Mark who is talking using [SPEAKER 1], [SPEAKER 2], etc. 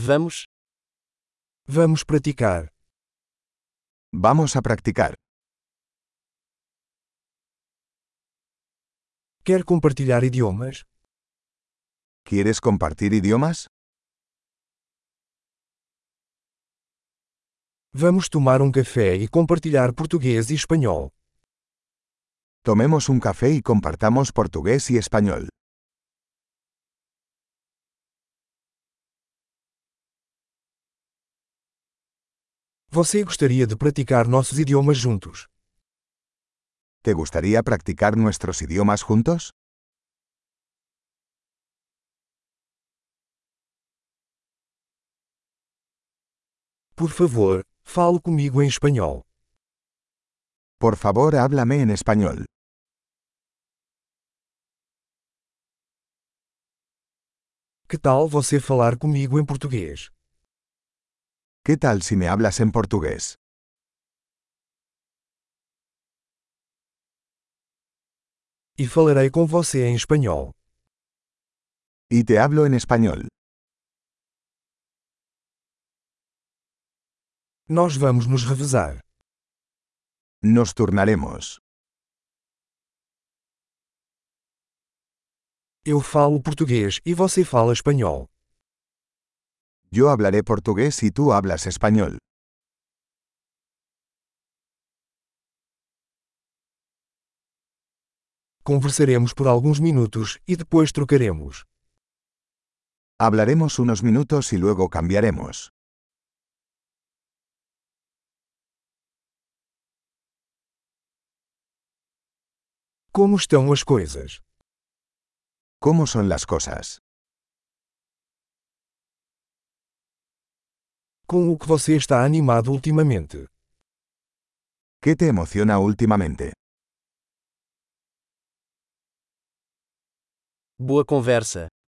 [SPEAKER 1] Vamos.
[SPEAKER 2] Vamos praticar.
[SPEAKER 3] Vamos a practicar.
[SPEAKER 2] Quer compartilhar idiomas?
[SPEAKER 3] ¿Quieres compartir idiomas?
[SPEAKER 2] Vamos tomar um café e compartilhar português e espanhol.
[SPEAKER 3] Tomemos un café y compartamos portugués y español.
[SPEAKER 2] Você gostaria de praticar nossos idiomas juntos?
[SPEAKER 3] ¿Te gustaría practicar nuestros idiomas juntos?
[SPEAKER 2] Por favor, fale comigo em espanhol.
[SPEAKER 3] Por favor, háblame en español.
[SPEAKER 2] Que tal você falar comigo em português?
[SPEAKER 3] ¿Qué tal si me hablas en portugués?
[SPEAKER 2] E falarei com você em espanhol.
[SPEAKER 3] Y te hablo en español.
[SPEAKER 2] Nós vamos nos revezar.
[SPEAKER 3] Nos turnaremos.
[SPEAKER 2] Eu falo português e você fala espanhol.
[SPEAKER 3] Yo hablaré portugués y tú hablas español.
[SPEAKER 2] Conversaremos por alguns minutos e depois trocaremos.
[SPEAKER 3] Hablaremos unos minutos y luego cambiaremos.
[SPEAKER 2] Como estão as coisas?
[SPEAKER 3] ¿Cómo son las cosas?
[SPEAKER 2] Com o que você está animado ultimamente?
[SPEAKER 3] ¿Qué te emociona últimamente?
[SPEAKER 1] Boa conversa.